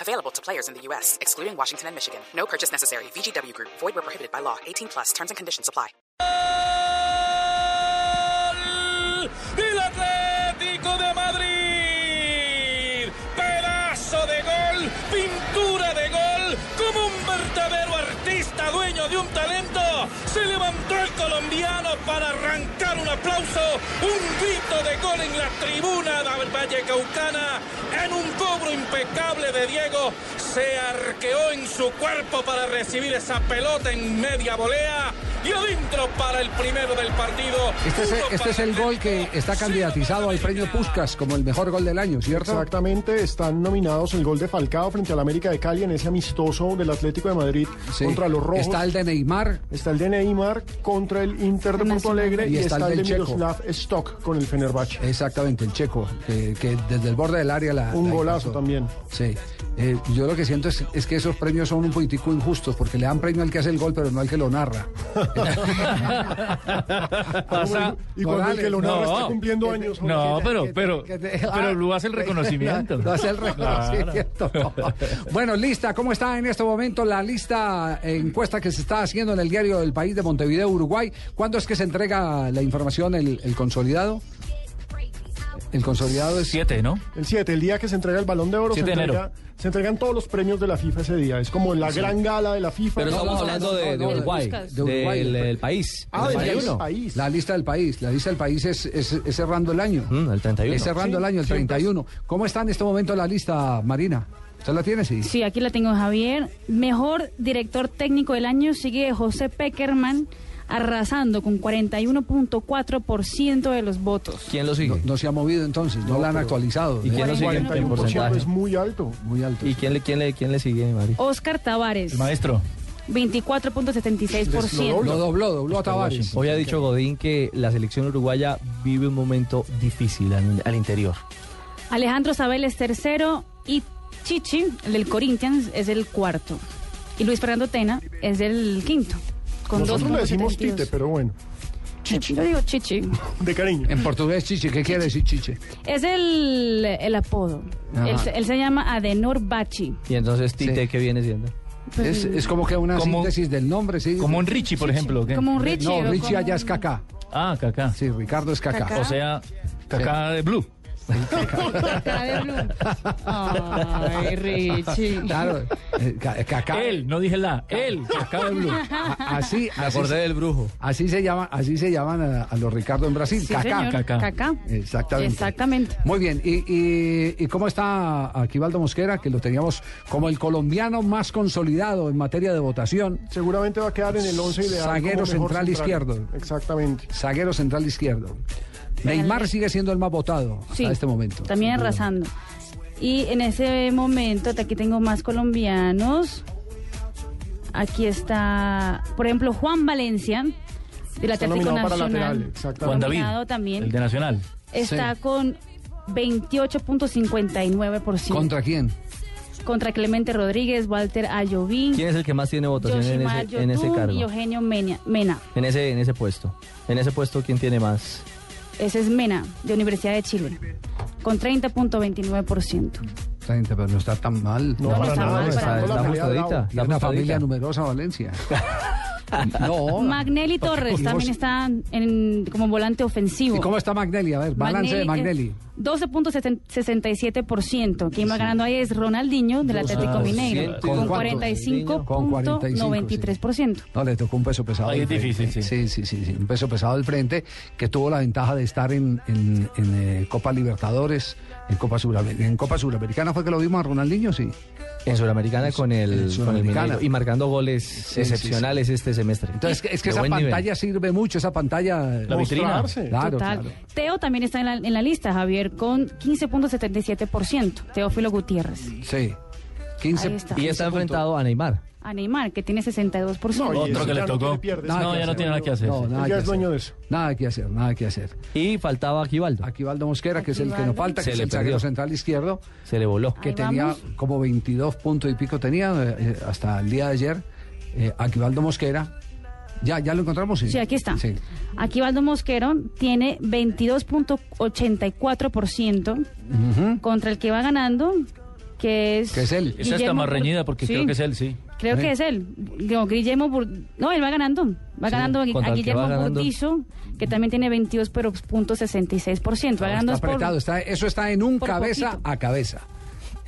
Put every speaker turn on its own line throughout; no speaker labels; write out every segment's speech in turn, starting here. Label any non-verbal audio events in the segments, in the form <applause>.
Available to players in the U.S., excluding Washington and Michigan. No purchase necessary. VGW Group, void were prohibited by law. 18 plus terms and conditions apply.
del Atlético de Madrid. Pedazo de gol, pintura de gol, como un verdadero artista dueño de un talento. Se levantó el colombiano para arrancar un aplauso, un grito de gol en la tribuna de Vallecaucana, en un cobro impecable de Diego. Se arqueó en su cuerpo para recibir esa pelota en media volea y adentro para el primero del partido.
Este es,
Uno
este
para
es el gol que está candidatizado al premio Puskas como el mejor gol del año, ¿cierto?
Exactamente, están nominados el gol de Falcao frente al América de Cali en ese amistoso del Atlético de Madrid
Sí.
contra los rojos.
Está el de Neymar.
Está el de Neymar contra el Inter de Porto Alegre y, está, el de
Checo. Eh,
Miroslav Stock con el Fenerbahce.
Exactamente, el checo, que, que desde el borde del área la.
Un
la
golazo
alcanzó.
también.
Sí. Eh, yo lo que siento es, es que esos premios son un poquitico injustos, porque le dan premio al que hace el gol, pero no al que lo
<laughs>
narra. <laughs>
pasa.
Ah, Y cuando el que lo narra
No.
está cumpliendo años.
No,
Jorge.
pero, pero,
que te- ah,
pero Blue hace el reconocimiento.
<laughs> Lo hace el reconocimiento. <laughs>
Claro.
Bueno, lista, ¿cómo está en este momento la lista eh, encuesta que se está haciendo en el diario del país de Montevideo, Uruguay? ¿Cuándo es que se entrega la información, el, el consolidado? El consolidado es...
Siete, ¿no?
El 7, el día que se entrega el balón de oro, se,
Siete de
entrega- se entregan todos los premios de la FIFA ese día. Es como la gran gala de la FIFA.
Pero
No,
estamos
no,
hablando
no,
de,
no,
de
no,
Uruguay,
de Uruguay,
del
del-
el país.
Ah, del
del
país.
31.
país.
La lista del país, la lista del país es, es- es cerrando el año.
Mm, el 31.
Es cerrando el año, el 31. ¿Cómo está en este momento la lista, Marina? ¿Usted la tiene? Sí.
Sí, aquí la tengo, Javier. Mejor director técnico del año sigue José Peckerman, arrasando con 41.4% de los votos.
¿Quién lo sigue?
No, no se ha movido entonces, no, la han actualizado.
¿Y quién lo sigue en
41%.
porcentaje?
Es muy alto.
Muy alto.
¿Y quién le, quién le, quién le sigue, Mari?
Oscar Tavares,
El maestro.
24.76%.
Lo dobló, dobló a Tavares.
pues.
Hoy ha dicho Godín que la selección uruguaya vive un momento difícil al, al interior.
Alejandro Sabeles, tercero. Y Chichi, el del Corinthians, es el cuarto. Y Luis Fernando Tena es el quinto. Con
Nosotros le decimos
2.72.
Tite, pero bueno,
Yo digo Chichi.
de cariño.
En portugués, chiche, ¿qué quiere decir chiche?
Es el, el apodo.
Ajá.
Él, se- él se llama Adenor Bachi.
Y entonces Tite,
Sí.
¿qué viene siendo?
Es, es como que una
Pues Como-
síntesis del nombre, ¿sí?
Como un Richie, por ejemplo. ¿o qué?
Como un
Eh,
Richie.
No,
o
Richie
como
allá es
un-
Kaká.
Ah, Kaká.
Sí, Ricardo es Kaká.
Kaká.
O sea, Kaká de Blue.
Kaká de Blue. Ay, Richie.
Claro, eh, Ka- Kaká.
Él, no dije la. Él, Kaká de Blue.
A- Así, así,
del brujo.
así se llama, así se llaman a, a los Ricardo en Brasil,
Sí,
Kaká.
señor.
Kaká.
Kaká.
Eh,
Exactamente.
Exactamente.
Muy bien, y, y- y cómo está Aquivaldo Mosquera, que lo teníamos como el colombiano más consolidado en materia de votación?
Seguramente va a quedar en el 11 ideal. como
Zaguero
mejor
central izquierdo.
Exactamente.
zaguero central izquierdo. Neymar sigue siendo el más votado
Sí,
hasta este momento.
También arrasando. Y en ese momento, aquí tengo más colombianos. Aquí está, por ejemplo, Juan Valencia, del
Está
Atlético
nominado para
Nacional.
lateral, exactamente.
Juan David.
Nominado también.
El de Nacional.
Está
Sí.
con 28.59%.
¿Contra quién?
Contra Clemente Rodríguez, Walter Ayoví,
¿Quién es el que más tiene votación en
Yoshimar
ese, en ese
Yotun y
cargo?
Eugenio Mena. Mena.
En ese, en ese puesto. En ese puesto, ¿quién tiene más?
Ese es Mena, de Universidad de Chile, con 30.29%.
Esta gente, pero no está tan mal.
No,
La-
para nada,
está,
está
está
mal,
para nada.
ajustadita.
Tiene
Está
una familia
ajustadita.
numerosa <laughs> Valencia. no.
Magnelli Torres
cogimos-
también está en, como volante ofensivo.
¿Y cómo está Magnelli? A ver, balance de Magnelli.
eh, 12.67%. Quien va ganando ahí es Ronaldinho del Atlético Mineiro
¿con
con
cuánto?
45.93%.
No, le tocó un peso pesado.
Ahí
del
es difícil,
frente.
sí.
Sí, sí, sí, sí, Un peso pesado del frente que tuvo la ventaja de estar en, en- en, eh, Copa Libertadores, en Copa, Suramer- en Copa Suramericana. ¿Fue que lo vimos a Ronaldinho? Sí.
En Sudamericana con
En
el, con el
Suramericana.
Mineiro y marcando goles
sí,
excepcionales este semestre.
Entonces, es que
De
esa
buen nivel.
pantalla sirve mucho, esa pantalla.
La vitrina.
Mostrarse.
Claro,
Total.
claro.
Teo también está en la, en la lista, Javier, con 15.77%. Teófilo Gutiérrez.
Sí. 15.
Ahí está.
Y está enfrentado a Neymar.
a Neymar, que tiene 62%.
No, y-
Otro
eso
que le
ya no
tocó.
le pierdes.
Nada
No, ya
que
no
hacer.
tiene nada que hacer. sí.
No, nada
Él
que
ya es dueño
hacer.
de eso.
Nada que hacer, nada que hacer.
Y faltaba a Givaldo.
Aquí Valdo Mosquera, que es el que nos
Aquivaldo.
falta, que
Se
es
le
el zaguero
perdió.
central izquierdo,
Se le voló.
que
Ahí
tenía
vamos.
como 22 puntos y pico, tenía eh, eh, hasta el día de ayer. Eh, Aquivaldo Mosquera. ¿Ya, ¿Ya lo encontramos?
Sí, aquí está.
Sí.
Aquí Valdo Mosquero tiene 22.84% contra el que va ganando, que es...
Que es él.
Esa está
Guillermo
más
Bur-
reñida porque
Sí,
creo que es él, sí.
Creo que es él. No, Guillermo Bur- No, él va ganando. Va ganando a
contra el que
Guillermo
va ganando.
Burdizo, que también tiene 22.66%. Va ganando
está
es por-
apretado, está, eso está en un
por
cabeza
poquito.
a cabeza,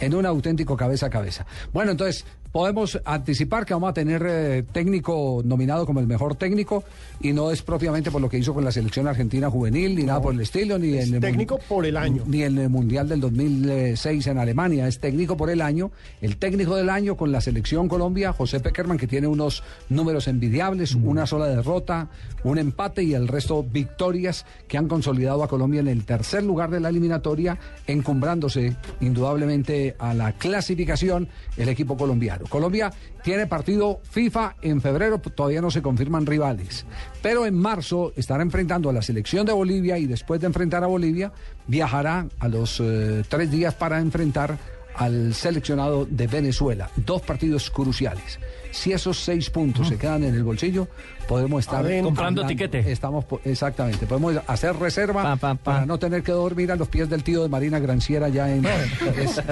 en un auténtico cabeza a cabeza. Bueno, entonces podemos anticipar que vamos a tener eh, técnico nominado como el mejor técnico y no es propiamente por lo que hizo con la selección argentina juvenil ni nada por el estilo ni
Es
en el mun-
técnico por el año.
ni en el mundial del 2006 en Alemania es técnico por el año el técnico del año con la selección Colombia José Peckerman que tiene unos números envidiables
Mm.
una sola derrota un empate y el resto victorias que han consolidado a Colombia en el tercer lugar de la eliminatoria encumbrándose indudablemente a la clasificación el equipo colombiano Colombia tiene partido FIFA en febrero todavía no se confirman rivales pero en marzo estará enfrentando a la selección de Bolivia y después de enfrentar a Bolivia viajará a los eh, tres días para enfrentar al seleccionado de Venezuela. Dos partidos cruciales. Si esos seis puntos se quedan en el bolsillo, podemos estar
Adentro.
Comprando
hablando.
tiquete.
Estamos po- exactamente. Podemos hacer reserva
Pa, pa, pa.
para no tener que dormir a los pies del tío de Marina Granciera ya en. <laughs> es-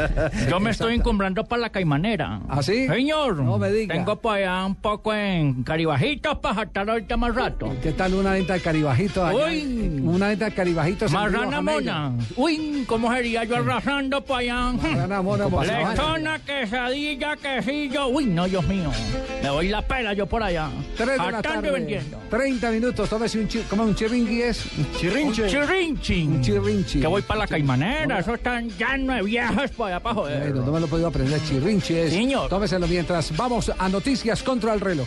Yo me estoy encumbrando para la caimanera.
¿Ah, sí?
Señor.
No me diga.
Tengo por allá un poco en caribajitos para saltar ahorita más rato.
¿Qué tal una venta de caribajito? allá?
Uy.
Una venta de caribajitos. en
Marrana
Río Jamello.
mona. Uy, ¿cómo sería yo arrasando para allá?
Marrana mona,
Lechona, quesadilla, quesillo. Uy, no, Dios mío. Me doy la pela yo por allá.
3 de la
Hartando y
tarde.
vendiendo.
30 minutos. Tómese un, chir, un chirringui es.
Chirrinche.
Chirrinchín.
Un chirrinchín.
Que voy para la caimanera. Eso están llenos de viejas para allá para joder.
Bueno, no me lo he podido aprender, chirrinches.
Señor.
Tómeselo mientras vamos a noticias contra el reloj.